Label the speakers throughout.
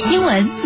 Speaker 1: 新闻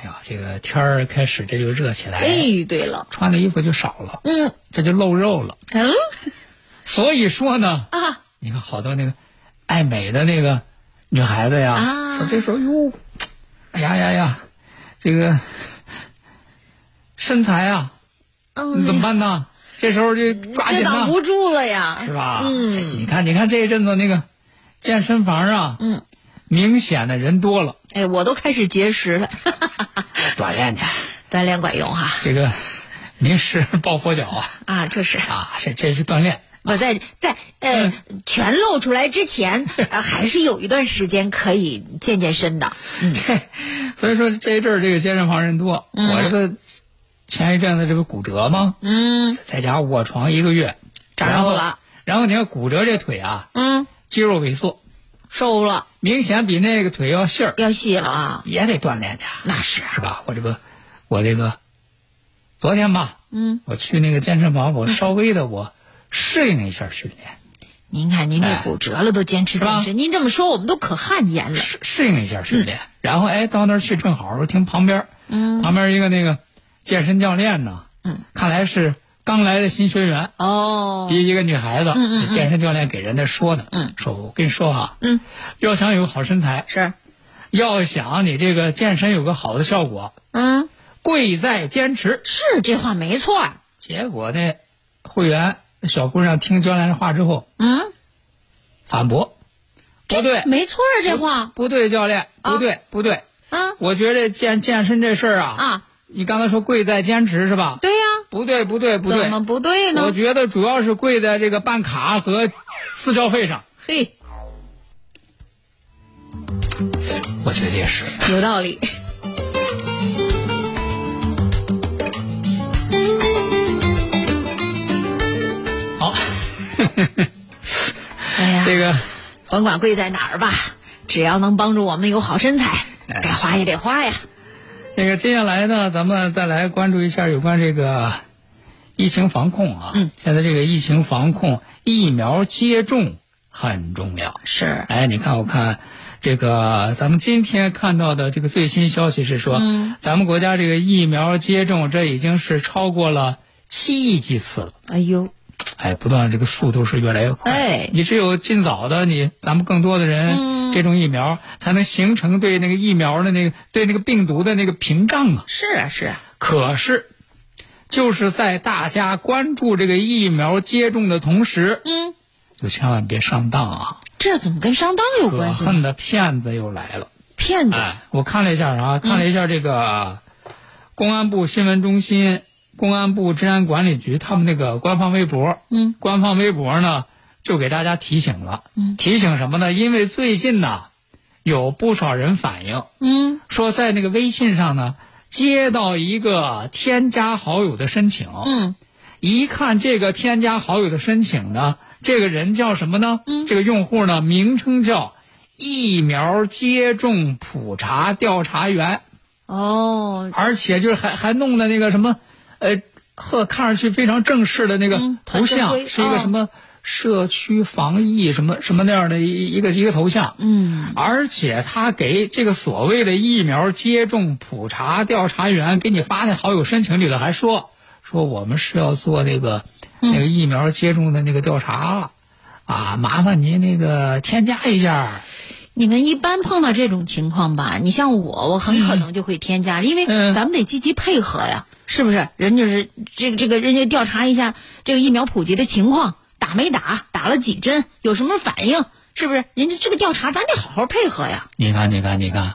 Speaker 2: 哎呀，这个天儿开始这就热起来，
Speaker 3: 哎，对了，
Speaker 2: 穿的衣服就少了，
Speaker 3: 嗯
Speaker 2: 这就露肉了。
Speaker 3: 嗯
Speaker 2: 所以说呢，
Speaker 3: 啊，
Speaker 2: 你看好多那个爱美的那个女孩子呀，
Speaker 3: 啊
Speaker 2: 说这时候哟，哎呀呀呀，这个身材啊，
Speaker 3: 嗯
Speaker 2: 你怎么办呢？这时候就抓紧
Speaker 3: 这挡
Speaker 2: 呐，
Speaker 3: 不住了呀，
Speaker 2: 是吧？这
Speaker 3: 嗯
Speaker 2: 你看，你看这一阵子那个健身房啊，
Speaker 3: 嗯，
Speaker 2: 明显的人 多了，
Speaker 3: 哎，我都开始节食了，
Speaker 2: 锻炼去，
Speaker 3: 锻炼管用哈
Speaker 2: 这个临时抱佛脚啊
Speaker 3: 啊，这是
Speaker 2: 啊，这这是锻炼。
Speaker 3: 我在在呃全露出来之 前，呃还是有一段时间可以健健身的，
Speaker 2: 所以说这一阵儿这个健身房人多，我这个前一阵子这不骨折吗？
Speaker 3: 嗯
Speaker 2: 在家卧床一个月，
Speaker 3: 长
Speaker 2: 然后
Speaker 3: 肉了。
Speaker 2: 然后你看骨折这腿啊，
Speaker 3: 嗯，
Speaker 2: 肌肉萎缩，
Speaker 3: 瘦了
Speaker 2: 明显比那个腿要细儿，
Speaker 3: 要细了啊，
Speaker 2: 也得锻炼去。那是是吧？我这不，我这个，昨天吧，
Speaker 3: 嗯，
Speaker 2: 我去那个健身房，我稍微的我适应一下训练，
Speaker 3: 您看您
Speaker 2: 哎
Speaker 3: 这骨折了都坚持健
Speaker 2: 是
Speaker 3: 身，您这么说我们都可汗颜了，
Speaker 2: 适适应一下训练。然后哎，到那儿去正好，我听旁边儿，
Speaker 3: 嗯
Speaker 2: 旁边儿一个那个健身教练呢，
Speaker 3: 嗯，
Speaker 2: 看来是刚来的新学员，
Speaker 3: 哦，
Speaker 2: 一一个女孩子，
Speaker 3: 嗯嗯嗯
Speaker 2: 健身教练给人家说的，
Speaker 3: 嗯
Speaker 2: 说我跟你说哈，
Speaker 3: 嗯，
Speaker 2: 要想有个好身材，
Speaker 3: 是，
Speaker 2: 要想你这个健身有个好的效果，
Speaker 3: 嗯，
Speaker 2: 贵在坚持。
Speaker 3: 是这话没错儿，
Speaker 2: 结果呢，会员小姑娘听教练的话之后
Speaker 3: 嗯，
Speaker 2: 反驳，不对，
Speaker 3: 没错儿这话
Speaker 2: 不对，教练，
Speaker 3: 啊
Speaker 2: 不对，不对，
Speaker 3: 啊
Speaker 2: 我觉得健健身这事儿啊，
Speaker 3: 啊，
Speaker 2: 你刚才说贵在坚持是吧？
Speaker 3: 对呀、
Speaker 2: 不对，不对，不对
Speaker 3: 怎，么不对
Speaker 2: 我
Speaker 3: 呢？
Speaker 2: 觉得主要是贵在这个办卡和私教费上。
Speaker 3: 嘿，
Speaker 2: 我觉得也是。
Speaker 3: 有道理。
Speaker 2: 好，
Speaker 3: 哎呀，
Speaker 2: 这个
Speaker 3: 甭管贵在哪儿吧，只要能帮助我们有好身材，
Speaker 2: 哎
Speaker 3: 该花也得花呀。
Speaker 2: 这个接下来呢，咱们再来关注一下有关这个疫情防控啊。
Speaker 3: 嗯。
Speaker 2: 现在这个疫情防控，疫苗接种很重要。
Speaker 3: 是
Speaker 2: 哎，你看，我看这个咱们今天看到的这个最新消息是说，
Speaker 3: 嗯
Speaker 2: 咱们国家这个疫苗接种这已经是超过了七亿剂次了。
Speaker 3: 哎呦，
Speaker 2: 哎，不断这个速度是越来越快。
Speaker 3: 哎
Speaker 2: 你只有尽早的你，咱们更多的人
Speaker 3: 嗯
Speaker 2: 接种疫苗，才能形成对那个疫苗的那个对那个病毒的那个屏障啊。
Speaker 3: 是啊是啊，
Speaker 2: 可是，就是在大家关注这个疫苗接种的同时，
Speaker 3: 嗯，
Speaker 2: 就千万别上当啊！
Speaker 3: 这怎么跟上当有
Speaker 2: 可
Speaker 3: 关系呢？
Speaker 2: 恨的骗子又来了。
Speaker 3: 骗子，
Speaker 2: 哎，我看了一下
Speaker 3: 嗯
Speaker 2: 啊，看了一下这个公安部新闻中心、公安部治安管理局他们那个官方微博，
Speaker 3: 嗯，
Speaker 2: 官方微博呢就给大家提醒了，
Speaker 3: 嗯
Speaker 2: 提醒什么呢？因为最近呢，有不少人反映
Speaker 3: 嗯
Speaker 2: 说，在那个微信上呢，接到一个添加好友的申请，
Speaker 3: 嗯，
Speaker 2: 一看这个添加好友的申请呢，这个人叫什么呢？
Speaker 3: 嗯
Speaker 2: 这个用户呢名称叫疫苗接种普查调查员，
Speaker 3: 哦，
Speaker 2: 而且就是还还弄的那个什么，呃，和看上去非常正式的那个
Speaker 3: 嗯
Speaker 2: 头
Speaker 3: 很正
Speaker 2: 像，
Speaker 3: 规
Speaker 2: 是一个
Speaker 3: 哦
Speaker 2: 什么社区防疫什么什么那样的一一个一个头像。
Speaker 3: 嗯，
Speaker 2: 而且他给这个所谓的疫苗接种普查调查员给你发的好友申请里头还说说我们是要做那个、
Speaker 3: 嗯
Speaker 2: 那个疫苗接种的那个调查啊，麻烦您那个添加一下，
Speaker 3: 你们一般碰到这种情况吧？你像我，我很可能就会添加，因为
Speaker 2: 嗯
Speaker 3: 咱们得积极配合呀，是不是？人就是这个这个，人家调查一下这个疫苗普及的情况，打没打，打了几针，有什么反应，是不是？人家这个调查，咱得好好配合呀。
Speaker 2: 你看，你看，你看，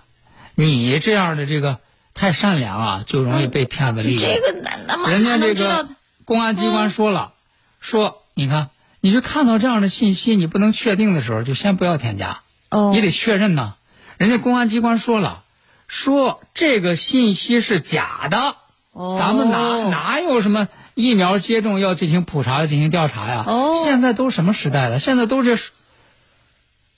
Speaker 2: 你这样的这个太善良啊，就容易被骗子利用。
Speaker 3: 这个那那嘛
Speaker 2: 人家
Speaker 3: 能
Speaker 2: 这
Speaker 3: 知道
Speaker 2: 个公安机关说了，说你看，你是看到这样的信息，你不能确定的时候，就先不要添加，
Speaker 3: 哦
Speaker 2: 你得确认呐。人家公安机关说了，说这个信息是假的，
Speaker 3: 哦
Speaker 2: 咱们哪哪有什么疫苗接种要进行普查、要进行调查呀？
Speaker 3: 哦
Speaker 2: 现在都什么时代了？现在都是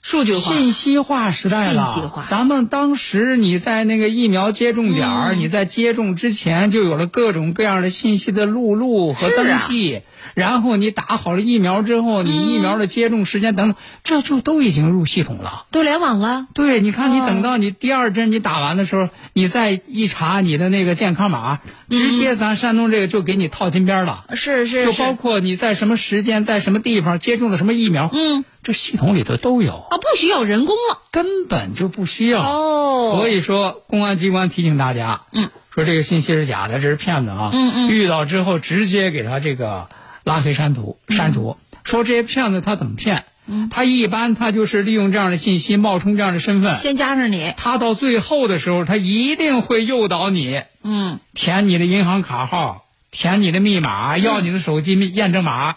Speaker 3: 数据化，
Speaker 2: 信息化时代了，
Speaker 3: 信息化
Speaker 2: 咱们当时你在那个疫苗接种点
Speaker 3: 嗯
Speaker 2: 儿、你在接种之前就有了各种各样的信息的录入和登
Speaker 3: 啊
Speaker 2: 记，然后你打好了疫苗之后，
Speaker 3: 嗯
Speaker 2: 你疫苗的接种时间等等，这就都已经入系统了。
Speaker 3: 都联网了。
Speaker 2: 对，你看，你等
Speaker 3: 嗯
Speaker 2: 到你第二针你打完的时候，你再一查你的那个健康码，直接咱山东这个就给你套金边儿了。
Speaker 3: 是嗯是
Speaker 2: 就包
Speaker 3: 是
Speaker 2: 括你在什么时间、在什么地方接种的什么疫苗，
Speaker 3: 嗯，
Speaker 2: 这系统里头都有。
Speaker 3: 啊，不需要人工了。
Speaker 2: 根本就不需要。
Speaker 3: 哦
Speaker 2: 啊所以说公安机关提醒大家，嗯，说这个信息是假的，这是骗子啊。嗯嗯，遇到之后直接给他这个拉黑删除，删除。说这些骗子他怎么骗？嗯，他一般他就是利用这样的信息冒充这样的身份，
Speaker 3: 先加上你，
Speaker 2: 他到最后的时候，他一定会诱导你
Speaker 3: 嗯，
Speaker 2: 填你的银行卡号，填你的密码，要你的手机密验证码。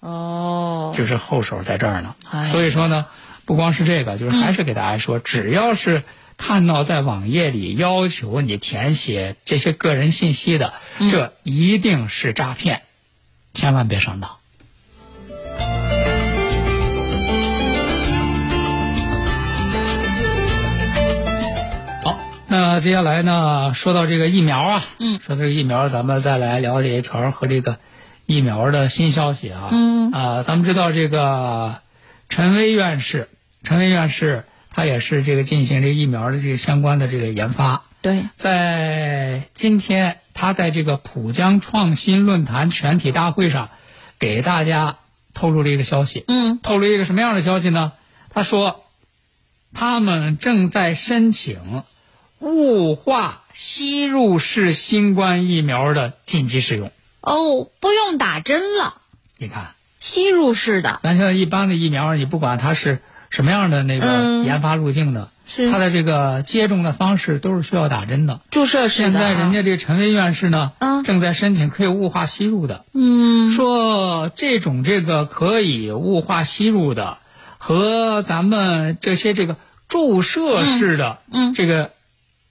Speaker 3: 哦，
Speaker 2: 就是后手在这儿呢
Speaker 3: 哎。
Speaker 2: 所以说呢，不光是这个，就是还是给大家说，只要是看到在网页里要求你填写这些个人信息的，这一定是诈骗，千万别上当。好，那接下来呢，说到这个疫苗啊，嗯，说这个疫苗，咱们再来了解一条和这个疫苗的新消息啊，嗯，啊、咱们知道这个陈薇院士，陈薇院士他也是这个进行这疫苗的这个相关的这个研发，
Speaker 3: 对，
Speaker 2: 在今天，他在这个浦江创新论坛全体大会上，给大家透露了一个消息。
Speaker 3: 嗯，
Speaker 2: 透露一个什么样的消息呢？他说，他们正在申请雾化吸入式新冠疫苗的紧急使用。
Speaker 3: 哦，不用打针了，
Speaker 2: 你看，啊
Speaker 3: 吸入式的，
Speaker 2: 咱现在一般的疫苗，你不管它是什么样的那个
Speaker 3: 嗯
Speaker 2: 研发路径的，
Speaker 3: 是
Speaker 2: 它的这个接种的方式都是需要打针的。
Speaker 3: 注射式的。
Speaker 2: 现在人家这个陈薇院士呢，
Speaker 3: 啊
Speaker 2: 正在申请可以雾化吸入的，
Speaker 3: 嗯，
Speaker 2: 说这种这个可以雾化吸入的和咱们这些这个注射式的，
Speaker 3: 嗯嗯
Speaker 2: 这个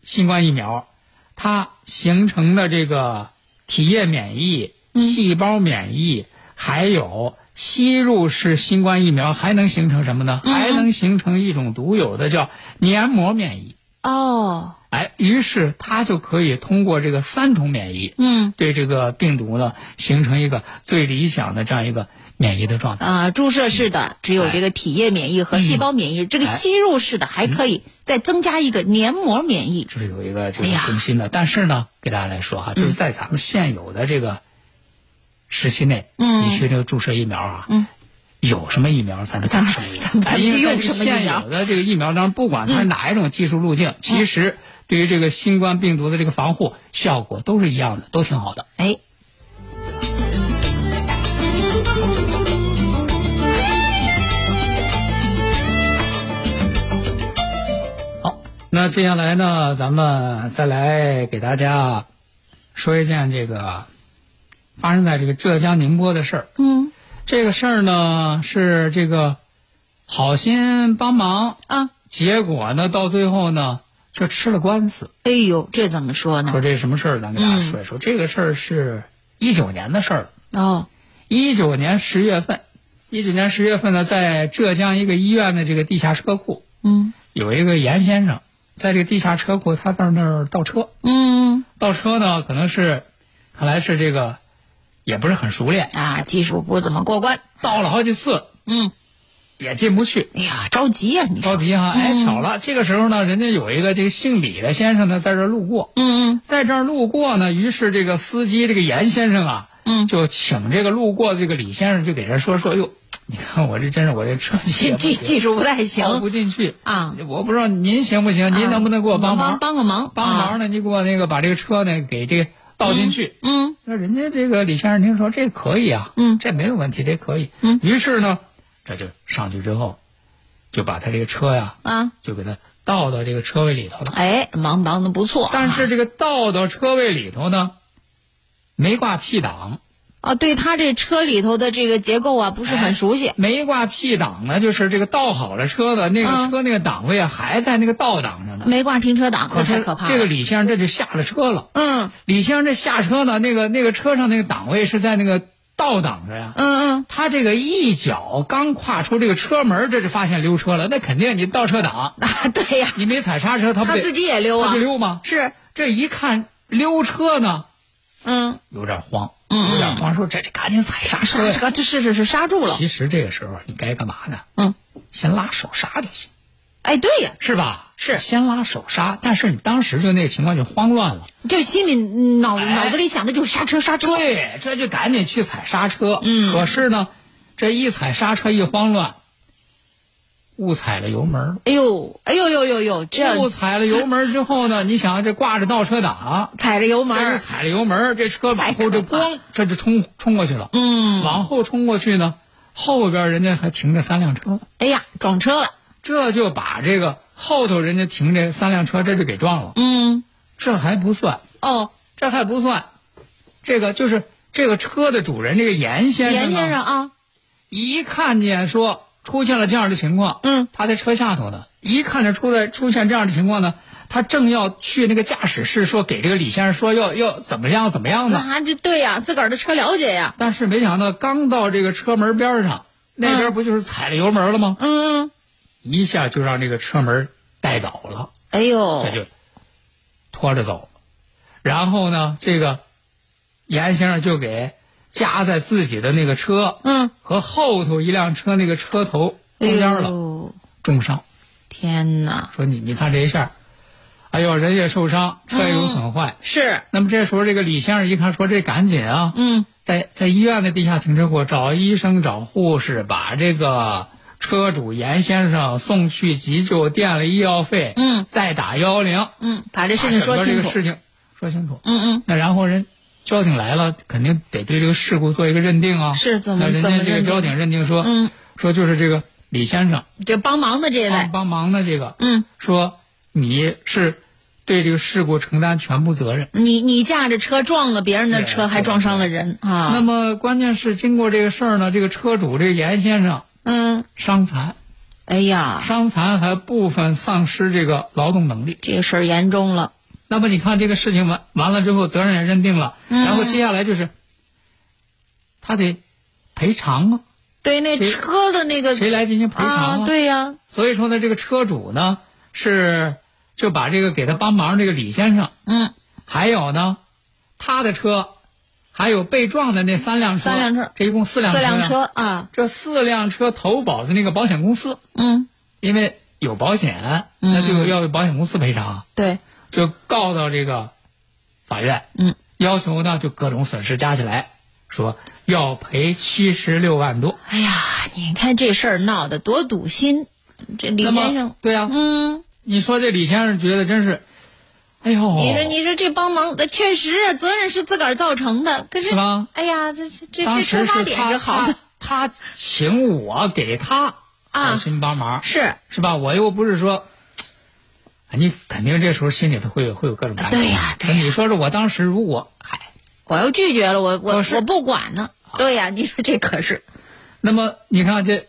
Speaker 2: 新冠疫苗，它形成的这个体液免疫、
Speaker 3: 嗯
Speaker 2: 细胞免疫，还有。吸入式新冠疫苗还能形成什么呢？
Speaker 3: 嗯
Speaker 2: 还能形成一种独有的叫黏膜免疫。
Speaker 3: 哦，
Speaker 2: 哎，于是它就可以通过这个三重免疫，
Speaker 3: 嗯，
Speaker 2: 对这个病毒呢形成一个最理想的这样一个免疫的状态。
Speaker 3: 啊、注射式的只有这个体液免疫和细胞免
Speaker 2: 哎
Speaker 3: 疫，这个吸入式的还可以再增加一个黏膜免疫。
Speaker 2: 这是有一个这
Speaker 3: 哎
Speaker 2: 个
Speaker 3: 呀嗯
Speaker 2: 更新的，但是呢，给大家来说哈，就是在咱们现有的这个时期内，
Speaker 3: 嗯
Speaker 2: 你去这个注射疫苗啊，有什么疫苗咱们打什么疫苗，
Speaker 3: 咱们咱们咱们
Speaker 2: 哎因为
Speaker 3: 就用
Speaker 2: 在这个
Speaker 3: 什么疫苗嗯
Speaker 2: 现有的这个疫苗当中，不管它是哪一种技术路径，其实对于这个新冠病毒的这个防护效果都是一样的，都挺好的。
Speaker 3: 哎，
Speaker 2: 好，那接下来呢，咱们再来给大家说一件这个发生在这个浙江宁波的事儿。
Speaker 3: 嗯
Speaker 2: 这个事儿呢是这个好心帮忙，
Speaker 3: 啊，
Speaker 2: 结果呢到最后呢却吃了官司。
Speaker 3: 哎呦，这怎么
Speaker 2: 说
Speaker 3: 说呢？
Speaker 2: 这是什么事儿？咱给大家说一说。这个事儿是一九年的事儿，
Speaker 3: 哦，
Speaker 2: 一九年十月份，一九年十月份呢，在浙江一个医院的这个地下车库，
Speaker 3: 嗯
Speaker 2: 有一个严先生在这个地下车库，他在那儿倒车。
Speaker 3: 嗯
Speaker 2: 倒车呢，可能是，看来是这个，也不是很熟练，
Speaker 3: 啊，技术不怎么过关。
Speaker 2: 倒了好几次
Speaker 3: 嗯，
Speaker 2: 也进不去，
Speaker 3: 哎呀，着急呀、你
Speaker 2: 着
Speaker 3: 说。
Speaker 2: 急哈。哎，巧了，这个时候呢，人家有一个这个姓李的先生呢，在这儿路过，
Speaker 3: 嗯
Speaker 2: 在这儿路过呢，于是这个司机这个严先生啊，
Speaker 3: 嗯
Speaker 2: 就请这个路过这个李先生就给人说说，哟，你看我这真是我这车
Speaker 3: 技
Speaker 2: 技
Speaker 3: 技技术不太
Speaker 2: 套不
Speaker 3: 行
Speaker 2: 进去
Speaker 3: 啊。
Speaker 2: 我不知道您行不行，哦您能不能给我帮忙？
Speaker 3: 啊帮帮个忙啊
Speaker 2: 帮忙呢？你给我那个把这个车呢给这个倒进去。
Speaker 3: 嗯
Speaker 2: 那人家这个李先生听说这可以啊，
Speaker 3: 嗯
Speaker 2: 这没有问题，这可以。
Speaker 3: 嗯
Speaker 2: 于是呢，这就上去之后，就把他这个车呀，
Speaker 3: 啊，
Speaker 2: 就给他倒到这个车位里头了。
Speaker 3: 哎，忙忙的不错啊。
Speaker 2: 但是这个倒到车位里头呢，没挂 P 档，
Speaker 3: 啊，对他这车里头的这个结构啊，不
Speaker 2: 哎
Speaker 3: 是很熟悉。
Speaker 2: 没挂 P 档呢，就是这个倒好了车的那个
Speaker 3: 嗯
Speaker 2: 车那个档位啊，还在那个倒档上呢。
Speaker 3: 没挂停车档，那
Speaker 2: 可
Speaker 3: 太
Speaker 2: 是
Speaker 3: 可怕了。
Speaker 2: 这个李先生这就下了车了。
Speaker 3: 嗯
Speaker 2: 李先生这下车呢，那个那个车上那个档位是在那个倒档上呀。
Speaker 3: 嗯
Speaker 2: 他这个一脚刚跨出这个车门，这就发现溜车了。那肯定你倒车档，
Speaker 3: 嗯，啊，对呀，
Speaker 2: 你没踩刹车，他不
Speaker 3: 他
Speaker 2: 得
Speaker 3: 自己也溜
Speaker 2: 他
Speaker 3: 啊
Speaker 2: 就，溜吗？
Speaker 3: 是，
Speaker 2: 这一看溜车呢，
Speaker 3: 嗯，啊
Speaker 2: 有点慌，嗯有点慌，说这得赶紧踩刹车
Speaker 3: 刹
Speaker 2: 呀。
Speaker 3: 车，这是是是刹住了。
Speaker 2: 其实这个时候你该干嘛呢？
Speaker 3: 嗯，
Speaker 2: 先拉手刹就行，
Speaker 3: 哎，对呀，
Speaker 2: 是吧？
Speaker 3: 是
Speaker 2: 先拉手刹，但是你当时就那个情况就慌乱了。
Speaker 3: 就心里嗯脑
Speaker 2: 哎
Speaker 3: 脑子里想的就是刹车刹车。
Speaker 2: 对，这就赶紧去踩刹车。
Speaker 3: 嗯
Speaker 2: 可是呢，这一踩刹车一慌乱，误踩了油门。
Speaker 3: 哎呦，哎呦呦呦呦，这
Speaker 2: 误踩了油门之后呢，你想这挂着倒车档，
Speaker 3: 踩着油门
Speaker 2: 这一
Speaker 3: 儿，
Speaker 2: 踩了油门，这车往后就
Speaker 3: 太可怕
Speaker 2: 咣，这就冲冲过去了。
Speaker 3: 嗯，
Speaker 2: 往后冲过去呢，后边人家还停着三辆车，
Speaker 3: 哎呀，撞车了。
Speaker 2: 这就把这个后头人家停这三辆车，这就给撞了。
Speaker 3: 嗯，
Speaker 2: 这还不算，
Speaker 3: 哦，
Speaker 2: 这还不算，这个就是这个车的主人这个严先生，
Speaker 3: 严先生，啊，
Speaker 2: 一看见说出现了这样的情况，
Speaker 3: 嗯，
Speaker 2: 他在车下头呢，一看见出在出现这样的情况呢，他正要去那个驾驶室说给这个李先生说要要怎么样怎么样呢，
Speaker 3: 那这对呀，自个儿的车了解呀。
Speaker 2: 但是没想到刚到这个车门边上，那边不就是踩了油门了吗？
Speaker 3: 嗯，
Speaker 2: 一下就让这个车门带倒了，
Speaker 3: 哎呦
Speaker 2: 这，就拖着走。然后呢，这个严先生就给夹在自己的那个车
Speaker 3: 嗯，
Speaker 2: 和后头一辆车那个车头中间
Speaker 3: 哎
Speaker 2: 了，
Speaker 3: 呦
Speaker 2: 重伤。
Speaker 3: 天哪，
Speaker 2: 说你你看这一下，哎呦，人也受伤，车也有损坏。
Speaker 3: 是，
Speaker 2: 那么这时候，这个李先生一看，说这赶紧啊，
Speaker 3: 嗯，
Speaker 2: 在在医院的地下停车库找医生找护士，把这个车主严先生送去急救，垫了医药费，
Speaker 3: 嗯
Speaker 2: 再打幺幺零，
Speaker 3: 嗯，把这事情说
Speaker 2: 把整个
Speaker 3: 清
Speaker 2: 这
Speaker 3: 楚
Speaker 2: 个。事情说清楚。
Speaker 3: 嗯
Speaker 2: 那然后人交警来了，肯定得对这个事故做一个认定啊。
Speaker 3: 是怎么
Speaker 2: 那人
Speaker 3: 怎么
Speaker 2: 家这个
Speaker 3: 认定
Speaker 2: 交警认定说，
Speaker 3: 嗯
Speaker 2: 说就是这个李先生
Speaker 3: 嗯，这帮忙的这
Speaker 2: 帮
Speaker 3: 位，
Speaker 2: 帮忙的这个，
Speaker 3: 嗯，
Speaker 2: 说你是对这个事故承担全部责任。
Speaker 3: 你你驾着车撞了别人的
Speaker 2: 对
Speaker 3: 车，还撞伤了人啊。
Speaker 2: 那么关键是经过这个事儿呢，这个车主这个严先生
Speaker 3: 嗯，
Speaker 2: 伤残，
Speaker 3: 哎呀，
Speaker 2: 伤残还部分丧失这个劳动能力。
Speaker 3: 这个事儿严重了。
Speaker 2: 那么你看这个事情完完了之后，责任也认定了，
Speaker 3: 嗯
Speaker 2: 然后接下来就是他得赔偿啊，
Speaker 3: 对，那
Speaker 2: 谁
Speaker 3: 车的那个
Speaker 2: 谁来进行赔偿
Speaker 3: 呃啊？对呀，
Speaker 2: 所以说呢，这个车主呢是就把这个给他帮忙这个李先生，
Speaker 3: 嗯，
Speaker 2: 还有呢他的车，还有被撞的那三辆车，
Speaker 3: 三辆车
Speaker 2: 这一共四辆
Speaker 3: 四
Speaker 2: 呀
Speaker 3: 辆车，啊，
Speaker 2: 这四辆车投保的那个保险公司，
Speaker 3: 嗯，
Speaker 2: 因为有保险，那就要为保险公司赔偿，
Speaker 3: 对，
Speaker 2: 就告到这个法院，
Speaker 3: 嗯，
Speaker 2: 要求呢就各种损失加起来，说要赔七十六万多。
Speaker 3: 哎呀，你看这事儿闹得多堵心，这李
Speaker 2: 那么
Speaker 3: 先生，
Speaker 2: 对呀、
Speaker 3: 嗯，
Speaker 2: 你说这李先生觉得真是，哎呦，
Speaker 3: 你说你说这帮忙，呃确实责任是自个儿造成的，可是
Speaker 2: 是吧，
Speaker 3: 哎呀，这这这
Speaker 2: 当
Speaker 3: 这出
Speaker 2: 时
Speaker 3: 发
Speaker 2: 是
Speaker 3: 点
Speaker 2: 他
Speaker 3: 是好的，
Speaker 2: 他他请我给他
Speaker 3: 啊
Speaker 2: 好心帮忙，
Speaker 3: 是，
Speaker 2: 是吧？我又不是说，哎你肯定这时候心里头会有会有各种感觉。
Speaker 3: 对呀对呀
Speaker 2: 你说是我当时如果，嗨，
Speaker 3: 我要拒绝了，我我啊
Speaker 2: 可是
Speaker 3: 我不管呢。对呀，你说这可是，
Speaker 2: 那么你看这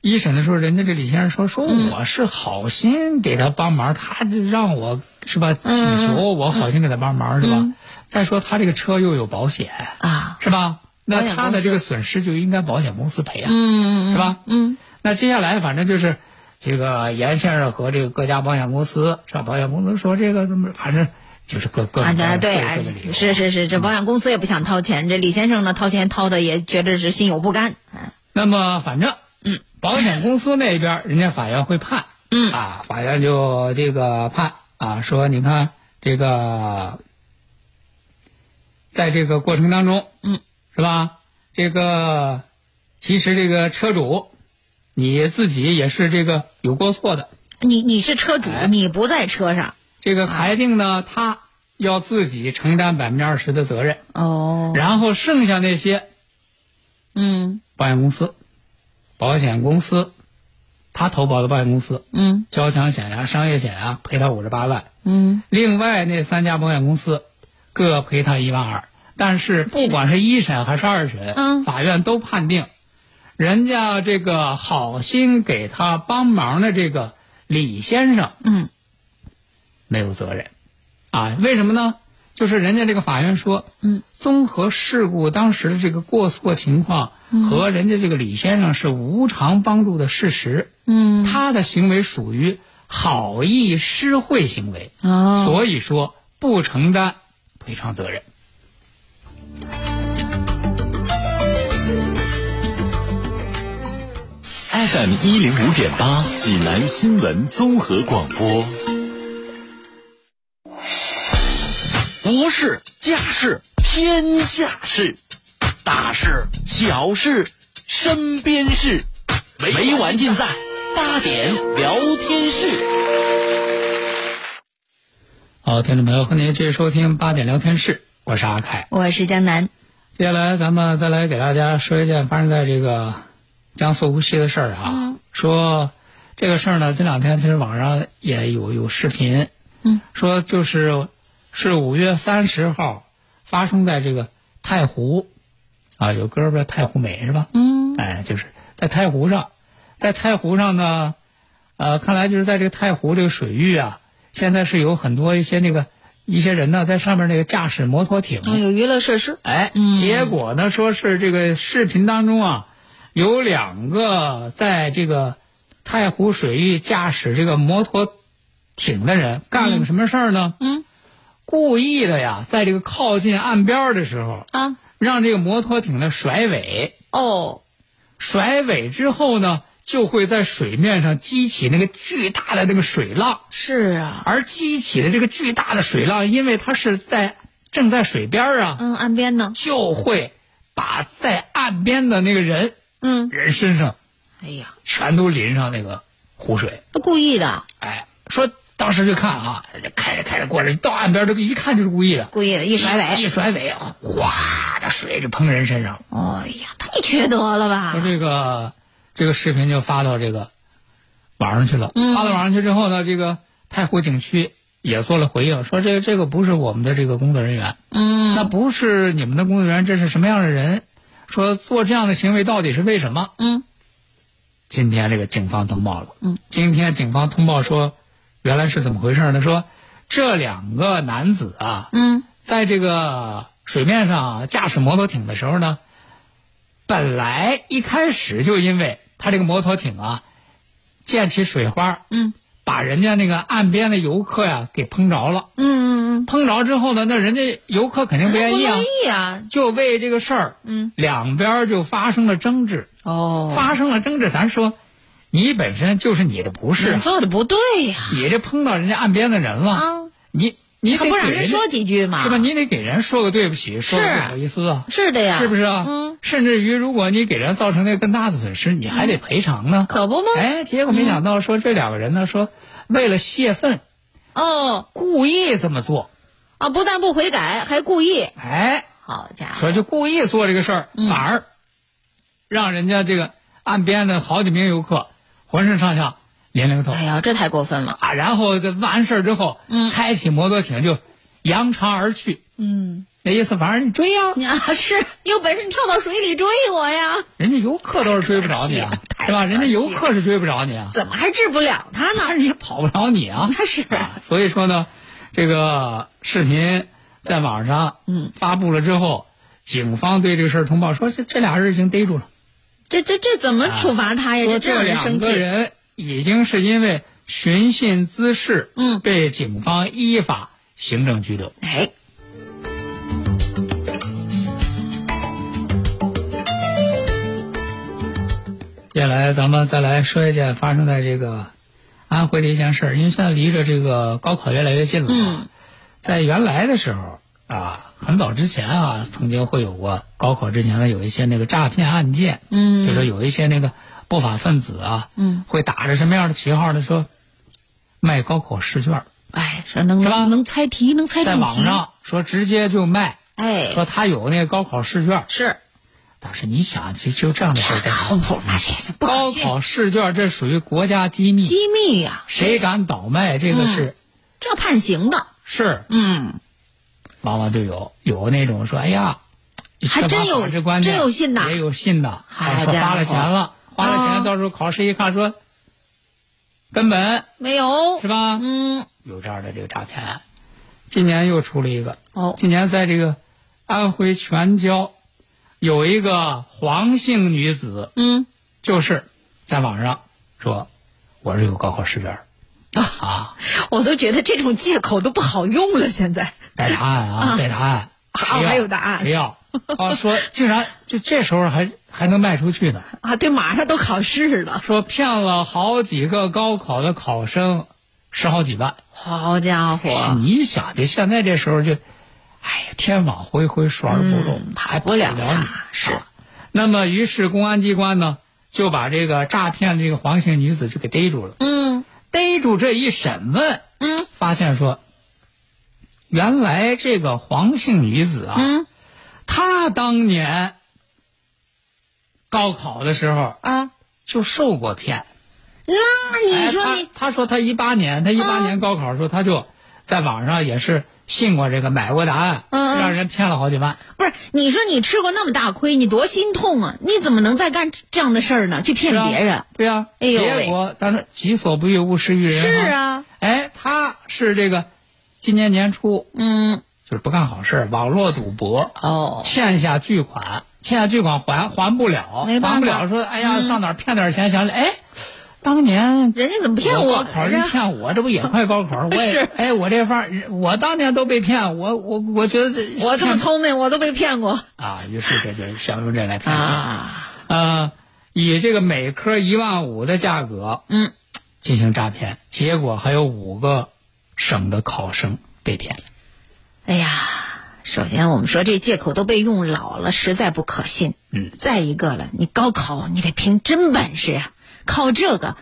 Speaker 2: 一审的时候，人家这李先生说说
Speaker 3: 嗯
Speaker 2: 我是好心给他帮忙，他就让我是吧
Speaker 3: 嗯
Speaker 2: 请求我好心给他帮忙、是吧？再说他这个车又有保险
Speaker 3: 啊，
Speaker 2: 是吧？
Speaker 3: 保
Speaker 2: 那
Speaker 3: 险
Speaker 2: 他
Speaker 3: 公
Speaker 2: 的
Speaker 3: 司
Speaker 2: 这个损失就应该保险公司赔啊，
Speaker 3: 嗯，
Speaker 2: 是吧？
Speaker 3: 嗯，
Speaker 2: 那接下来反正就是这个严先生和这个各家保险公司，是吧？保险公司说这个怎么，反正就是各各
Speaker 3: 啊，
Speaker 2: 种各
Speaker 3: 对
Speaker 2: 样
Speaker 3: 对，
Speaker 2: 各
Speaker 3: 哎
Speaker 2: 种各种理由
Speaker 3: 是是是，这保险公司也不想掏钱，这李先生呢掏钱掏的也觉得是心有不甘，哎
Speaker 2: 那么反正，嗯，保险公司那边儿人家法院会判，
Speaker 3: 嗯
Speaker 2: 啊，法院就这个判啊，说你看这个，在这个过程当中，
Speaker 3: 嗯，
Speaker 2: 是吧？这个其实这个车主你自己也是这个有过错的。
Speaker 3: 你你是车主，你不在车上
Speaker 2: 这个裁定呢，他要自己承担百分之二十的责任，
Speaker 3: 哦，
Speaker 2: 然后剩下那些
Speaker 3: 嗯
Speaker 2: 保险公司、保险公司，他投保的保险公司，
Speaker 3: 嗯
Speaker 2: 交强险呀、商业险呀，赔他五十八万。
Speaker 3: 嗯，
Speaker 2: 另外那三家保险公司各赔他一万二，但是不管是一审还是二审，
Speaker 3: 嗯
Speaker 2: 法院都判定，人家这个好心给他帮忙的这个李先生，
Speaker 3: 嗯，
Speaker 2: 没有责任，啊，为什么呢？就是人家这个法院说，
Speaker 3: 嗯，
Speaker 2: 综合事故当时的这个过错情况
Speaker 3: 嗯
Speaker 2: 和人家这个李先生是无偿帮助的事实，
Speaker 3: 嗯，
Speaker 2: 他的行为属于好意施惠行为，
Speaker 3: 哦
Speaker 2: 所以说不承担赔偿责任。
Speaker 4: FM 一零五点八，济南新闻综合广播。
Speaker 5: 国事、家事、天下事，大事、小事、身边事，每晚尽在八点聊天室。
Speaker 2: 好，听众朋友，欢迎继续收听八点聊天室，我是阿凯。
Speaker 3: 我是江南，
Speaker 2: 接下来咱们再来给大家说一件发生在这个江苏无锡的事儿啊。
Speaker 3: 嗯
Speaker 2: 说这个事儿呢，这两天其实网上也有有视频，
Speaker 3: 嗯，
Speaker 2: 说就是是五月三十号发生在这个太湖啊，有歌儿不是太湖美是吧？
Speaker 3: 嗯
Speaker 2: 哎，就是在太湖上，在太湖上呢，呃，看来就是在这个太湖这个水域啊，现在是有很多一些那个一些人呢，在上面那个驾驶摩托艇，啊
Speaker 3: 嗯有娱乐设施，
Speaker 2: 哎，结果呢，说是这个视频当中啊，有两个在这个太湖水域驾驶这个摩托艇的人干了个什么事儿呢？
Speaker 3: 嗯，
Speaker 2: 故意的呀，在这个靠近岸边儿的时候，
Speaker 3: 啊
Speaker 2: 让这个摩托艇呢甩尾，
Speaker 3: 哦
Speaker 2: 甩尾之后呢，就会在水面上激起那个巨大的那个水浪，
Speaker 3: 是啊，
Speaker 2: 而激起的这个巨大的水浪，因为它是在正在水边儿啊，
Speaker 3: 嗯岸边呢，
Speaker 2: 就会把在岸边的那个人
Speaker 3: 嗯，
Speaker 2: 人身上
Speaker 3: 哎呀，
Speaker 2: 全都淋上那个湖水。
Speaker 3: 他故意的，
Speaker 2: 哎，说当时就看啊，开着开着过来，到岸边这个一看就是故意的，
Speaker 3: 故意的，一甩
Speaker 2: 一
Speaker 3: 尾，
Speaker 2: 甩尾，哗的水就喷人身上。
Speaker 3: 哎呀，太缺德了
Speaker 2: 说
Speaker 3: 吧，
Speaker 2: 这个这个视频就发到这个网上去了，
Speaker 3: 嗯
Speaker 2: 发到网上去之后呢，这个太湖景区也做了回应，说这个这个不是我们的这个工作人员，
Speaker 3: 嗯
Speaker 2: 那不是你们的工作人员，这是什么样的人？说做这样的行为到底是为什么？
Speaker 3: 嗯
Speaker 2: 今天这个警方通报了，嗯，今天警方通报说，原来是怎么回事呢？说这两个男子啊，
Speaker 3: 嗯
Speaker 2: 在这个水面上啊驾驶摩托艇的时候呢，本来一开始就因为他这个摩托艇啊溅起水花，
Speaker 3: 嗯
Speaker 2: 把人家那个岸边的游客呀给碰着了，
Speaker 3: 嗯嗯，
Speaker 2: 碰着之后呢，那人家游客肯定不
Speaker 3: 不
Speaker 2: 愿意啊，
Speaker 3: 乐意啊，
Speaker 2: 就为这个事儿，
Speaker 3: 嗯，
Speaker 2: 两边儿就发生了争执，
Speaker 3: 哦，
Speaker 2: 发生了争执，咱说，你本身就是你的不是
Speaker 3: 你
Speaker 2: 啊，
Speaker 3: 做的不对呀，
Speaker 2: 你这碰到人家岸边的人了，
Speaker 3: 啊，
Speaker 2: 你你
Speaker 3: 他
Speaker 2: 得
Speaker 3: 不让
Speaker 2: 给
Speaker 3: 人
Speaker 2: 家
Speaker 3: 说几句吗？
Speaker 2: 是吧？你得给人说个对不起，说个
Speaker 3: 是
Speaker 2: 不好意思啊，
Speaker 3: 是的呀，
Speaker 2: 是不是啊？
Speaker 3: 嗯，
Speaker 2: 甚至于如果你给人造成那更大的损失，你还得赔偿呢。
Speaker 3: 可不吗？
Speaker 2: 哎，结果没想到说这两个人呢，说为了泄愤，
Speaker 3: 哦
Speaker 2: 故意这么做，
Speaker 3: 啊，不但不悔改，还故意，
Speaker 2: 哎。
Speaker 3: 好家伙，
Speaker 2: 说就故意做这个事儿，
Speaker 3: 嗯
Speaker 2: 反而让人家这个岸边的好几名游客浑身上下淋了个头
Speaker 3: 哎呀，这太过分了，
Speaker 2: 啊，然后这完事儿之后，
Speaker 3: 嗯
Speaker 2: 开起摩托艇就扬长而去，
Speaker 3: 嗯。
Speaker 2: 那意思反正你追呀、
Speaker 3: 啊， 是你有本事你跳到水里追我呀？
Speaker 2: 人家游客倒是追不着你啊，
Speaker 3: 太
Speaker 2: 是吧？
Speaker 3: 客气了太客气
Speaker 2: 人
Speaker 3: 了
Speaker 2: 家游客是追不着你啊，
Speaker 3: 怎么还治不了他
Speaker 2: 但
Speaker 3: 呢？
Speaker 2: 是也跑不着你啊，
Speaker 3: 那是
Speaker 2: 啊所以说呢，这个视频在网上
Speaker 3: 嗯
Speaker 2: 发布了之后，警方对这个事儿通报说这这俩人已经逮住了。
Speaker 3: 这这这怎么处罚他呀？
Speaker 2: 啊说
Speaker 3: 哎这这
Speaker 2: 这
Speaker 3: 让人
Speaker 2: 两
Speaker 3: 生
Speaker 2: 个
Speaker 3: 气。
Speaker 2: 人已经是因为寻衅滋事，
Speaker 3: 嗯
Speaker 2: 被警方依法行政拘留。
Speaker 3: 哎，
Speaker 2: 接下来咱们再来说一件发生在这个安徽的一件事儿，因为现在离着这个高考越来越近了。
Speaker 3: 嗯，
Speaker 2: 在原来的时候，啊，很早之前啊，曾经会有过高考之前的有一些那个诈骗案件，
Speaker 3: 嗯
Speaker 2: 就是有一些那个不法分子啊，
Speaker 3: 嗯，
Speaker 2: 会打着什么样的旗号呢？说卖高考试卷儿，
Speaker 3: 哎，说能
Speaker 2: 是吧
Speaker 3: 能能猜题，能猜
Speaker 2: 在
Speaker 3: 中
Speaker 2: 网
Speaker 3: 题，
Speaker 2: 上说直接就卖，
Speaker 3: 哎，
Speaker 2: 说他有那个高考试卷儿，
Speaker 3: 是哎
Speaker 2: 但是你想，就就这样的事儿在哪儿，
Speaker 3: 靠谱吗？这是不可
Speaker 2: 高
Speaker 3: 信
Speaker 2: 考试卷儿这属于国家机密，
Speaker 3: 机密呀、
Speaker 2: 谁敢倒卖这个
Speaker 3: 嗯
Speaker 2: 是、
Speaker 3: 这判刑的，
Speaker 2: 是，
Speaker 3: 嗯，
Speaker 2: 往往就有有那种说，哎呀，
Speaker 3: 还真
Speaker 2: 缺
Speaker 3: 有
Speaker 2: 乏法治观念
Speaker 3: 真有信的
Speaker 2: 也有信的，
Speaker 3: 好
Speaker 2: 还说
Speaker 3: 家伙
Speaker 2: 花了钱了，花了
Speaker 3: 啊
Speaker 2: 钱，到时候考试一看说，根本
Speaker 3: 没有
Speaker 2: 是，吧？
Speaker 3: 嗯，
Speaker 2: 有这样的这个诈骗案，今年又出了一个，
Speaker 3: 哦，
Speaker 2: 今年在这个安徽全椒，有一个黄姓女子，
Speaker 3: 嗯，
Speaker 2: 就是在网上说我是有高考试卷儿啊，
Speaker 3: 我都觉得这种借口都不好用了，现在
Speaker 2: 带答案啊，带答案，谁要
Speaker 3: 还有答案
Speaker 2: 谁要？啊，说竟然就这时候还还能卖出去呢？
Speaker 3: 啊，对，马上都考试了，
Speaker 2: 说骗了好几个高考的考生，十好几万。
Speaker 3: 好家伙，
Speaker 2: 你想，这现在这时候就，哎呀，天网恢恢，疏而不漏，还
Speaker 3: 嗯不了
Speaker 2: 了
Speaker 3: 他
Speaker 2: 你
Speaker 3: 是
Speaker 2: 啊那么，于是公安机关呢，就把这个诈骗这个黄姓女子就给逮住了。
Speaker 3: 嗯
Speaker 2: 逮住这一审问，
Speaker 3: 嗯，
Speaker 2: 发现说，原来这个黄姓女子啊，
Speaker 3: 嗯
Speaker 2: 她当年高考的时候
Speaker 3: 啊，
Speaker 2: 就受过骗。
Speaker 3: 那你说你嗯
Speaker 2: 哎、她她说她一八年，她一八年高考的时候，她就在网上也是信过这个，买过答案，
Speaker 3: 嗯嗯
Speaker 2: 让人骗了好几万。
Speaker 3: 不是你说你吃过那么大亏，你多心痛啊！你怎么能再干这样的事儿呢？去骗
Speaker 2: 是啊
Speaker 3: 别人？
Speaker 2: 对呀、
Speaker 3: 哎呦喂
Speaker 2: 结果咱说己所不欲，勿施于人。
Speaker 3: 是，啊，
Speaker 2: 哎，她是这个今年年初
Speaker 3: 嗯，
Speaker 2: 就是不干好事儿，网络赌博。
Speaker 3: 哦，
Speaker 2: 欠下巨款，欠下巨款还还不了，
Speaker 3: 没办法嗯
Speaker 2: 还不了，说哎呀，上哪儿骗点钱？想起来，哎，当年
Speaker 3: 人家怎么骗
Speaker 2: 我
Speaker 3: 我
Speaker 2: 高考人
Speaker 3: 呢？
Speaker 2: 骗我，这不也快高考？我也
Speaker 3: 是
Speaker 2: 哎，我这方儿我当年都被骗，我我我觉得这
Speaker 3: 我这么
Speaker 2: 骗
Speaker 3: 聪明，我都被骗过
Speaker 2: 啊，于是这就想用这来骗钱。
Speaker 3: 啊！
Speaker 2: 呃，以这个每科一万五的价格
Speaker 3: 嗯，
Speaker 2: 进行诈骗，结果还有五个省的考生被骗。
Speaker 3: 哎呀，首先我们说这借口都被用老了，实在不可信。嗯，再一个了，你高考你得凭真本事呀、靠这个，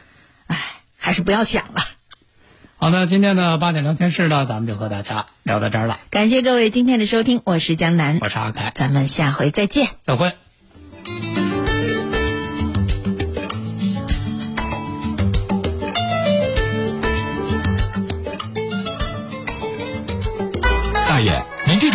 Speaker 3: 哎，还是不要想了。
Speaker 2: 好的，今天的八点聊天室呢，咱们就和大家聊到这儿了。
Speaker 3: 感谢各位今天的收听，我是江南
Speaker 2: 我，是阿凯，
Speaker 3: 咱们下回再见。
Speaker 2: 再会。
Speaker 5: 大爷，您这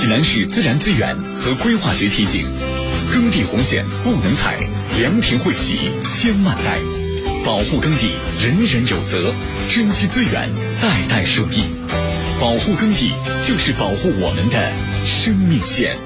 Speaker 4: 济南市自然资源和规划局提醒：耕地红线不能踩，良田惠及千万代。保护耕地，人人有责；珍惜资源，代代受益。保护耕地，就是保护我们的生命线。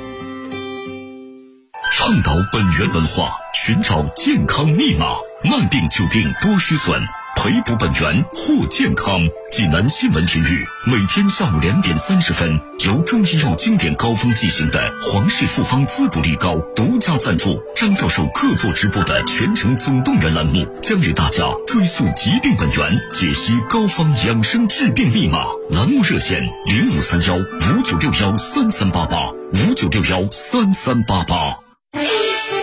Speaker 4: 倡导本源文化，寻找健康密码。慢病久病多虚损，培补本源护健康。济南新闻频率每天下午两点三十分，由中医药经典膏方进行的皇氏复方滋补力膏独家赞助，张教授客座直播的全程总动员栏目，将与大家追溯疾病本源，解析膏方养生治病密码。栏目热线零五三幺五九六幺三三八八五九六幺三三八八。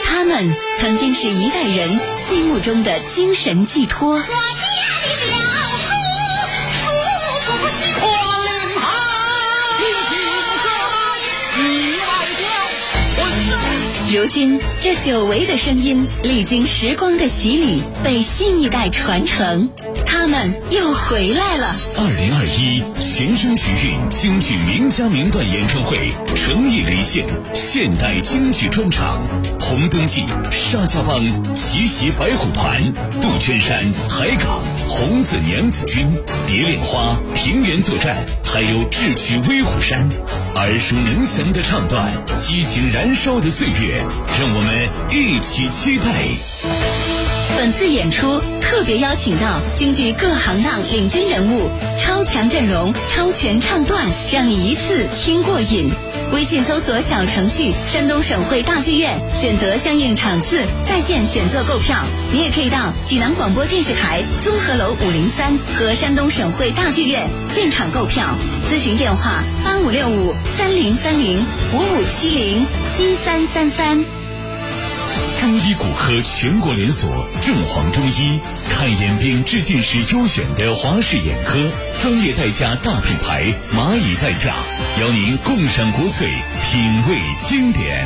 Speaker 1: 他们曾经是一代人心目中的精神寄托。如今，这久违的声音历经时光的洗礼，被新一代传承。他们。们又回来了。
Speaker 4: 二零二一全声曲韵京剧名家名段演唱会诚意雷现现代京剧专场，红灯记、沙家浜、奇袭白虎团、杜鹃山、海港、红色娘子军、蝶恋花、平原作战，还有智取威虎山。耳熟能详的唱段，激情燃烧的岁月，让我们一起期待。
Speaker 1: 本次演出特别邀请到京剧各行当领军人物，超强阵容，超全唱段，让你一次听过瘾。微信搜索小程序“山东省会大剧院”，选择相应场次，在线选座购票。你也可以到济南广播电视台综合楼五零三和山东省会大剧院现场购票。咨询电话：八五六五三零三零五五七零七三三三。
Speaker 4: 中医骨科全国连锁正黄中医，看眼病治近视优选的华氏眼科，专业代驾大品牌蚂蚁代驾，邀您共赏国粹，品味经典。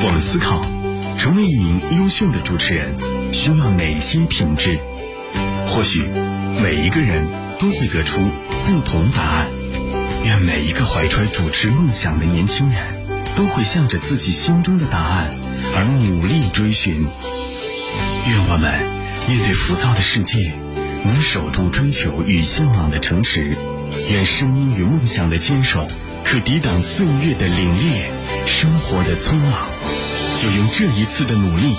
Speaker 4: 我们思考，成为一名优秀的主持人需要哪些品质？或许每一个人都会得出不同答案。愿每一个怀揣主持梦想的年轻人，都会向着自己心中的答案而努力追寻。愿我们面对浮躁的世界，能守住追求与向往的城池。愿声音与梦想的坚守，可抵挡岁月的凛冽，生活的匆忙。就用这一次的努力，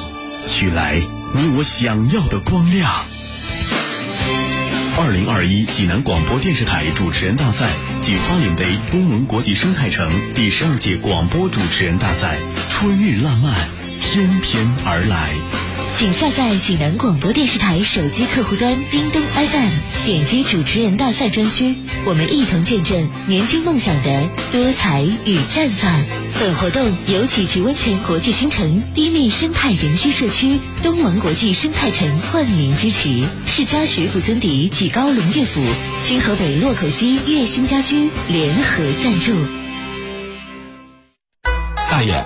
Speaker 4: 取来你我想要的光亮。二零二一济南广播电视台主持人大赛暨发领杯东盟国际生态城第十二届广播主持人大赛春日烂漫翩翩而来。
Speaker 1: 请下载济南广播电视台手机客户端叮咚 FM，点击主持人大赛专区，我们一同见证年轻梦想的多彩与绽放。本活动由济济温泉国际新城低密生态人居社区、东盟国际生态城冠名支持，世家学府尊邸济高龙悦府、新河北洛口西悦兴家居联合赞助。
Speaker 4: 大爷，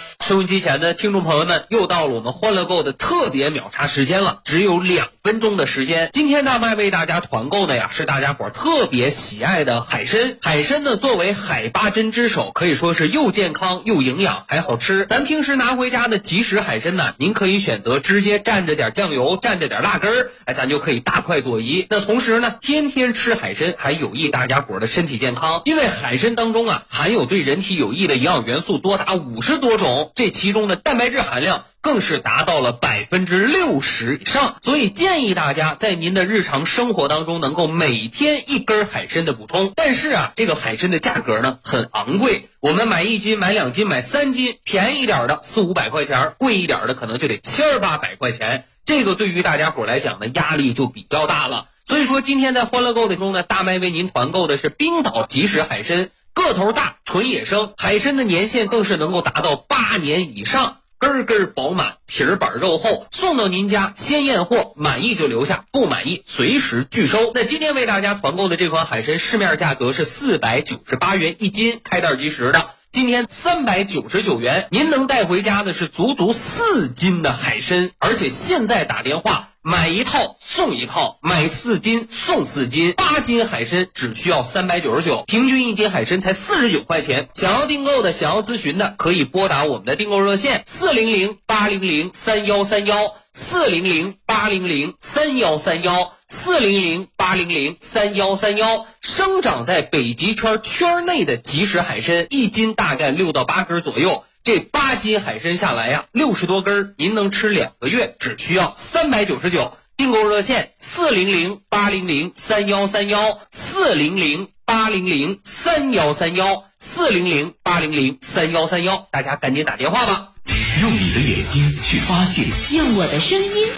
Speaker 6: 收音机前的听众朋友们，又到了我们欢乐购的特别秒杀时间了，只有两分钟的时间。今天大麦为大家团购的呀，是大家伙儿特别喜爱的海参。海参呢，作为海八珍之首，可以说是又健康又营养，还好吃。咱平时拿回家的即食海参呢，您可以选择直接蘸着点酱油，蘸着点辣根儿，哎，咱就可以大快朵颐。那同时呢，天天吃海参还有益大家伙儿的身体健康，因为海参当中啊含有对人体有益的营养元素多达五十多种。这其中的蛋白质含量更是达到了百分之六十以上，所以建议大家在您的日常生活当中能够每天一根海参的补充。但是啊，这个海参的价格呢很昂贵，我们买一斤、买两斤、买三斤，便宜一点的四五百块钱，贵一点的可能就得千八百块钱。这个对于大家伙来讲呢，压力就比较大了。所以说，今天在欢乐购的中呢，大麦为您团购的是冰岛即食海参。个头大，纯野生，海参的年限更是能够达到八年以上，根根饱满，皮儿板肉厚，送到您家先验货，满意就留下，不满意随时拒收。那今天为大家团购的这款海参，市面价格是四百九十八元一斤，开袋即食的。今天三百九十九元，您能带回家的是足足四斤的海参，而且现在打电话买一套送一套，买四斤送四斤，八斤海参只需要三百九十九，平均一斤海参才四十九块钱。想要订购的，想要咨询的，可以拨打我们的订购热线四零零八零零三幺三幺四零零八零零三幺三幺四零零八零零三幺三幺。生长在北极圈圈内的即食海参，一斤大概六到八根左右。这八斤海参下来呀、六十多根儿，您能吃两个月，只需要三百九十九。订购热线：四零零八零零三幺三幺，四零零八零零三幺三幺，四零零八零零三幺三幺。大家赶紧打电话吧。
Speaker 4: 用你的眼睛去发现。
Speaker 1: 用我的声音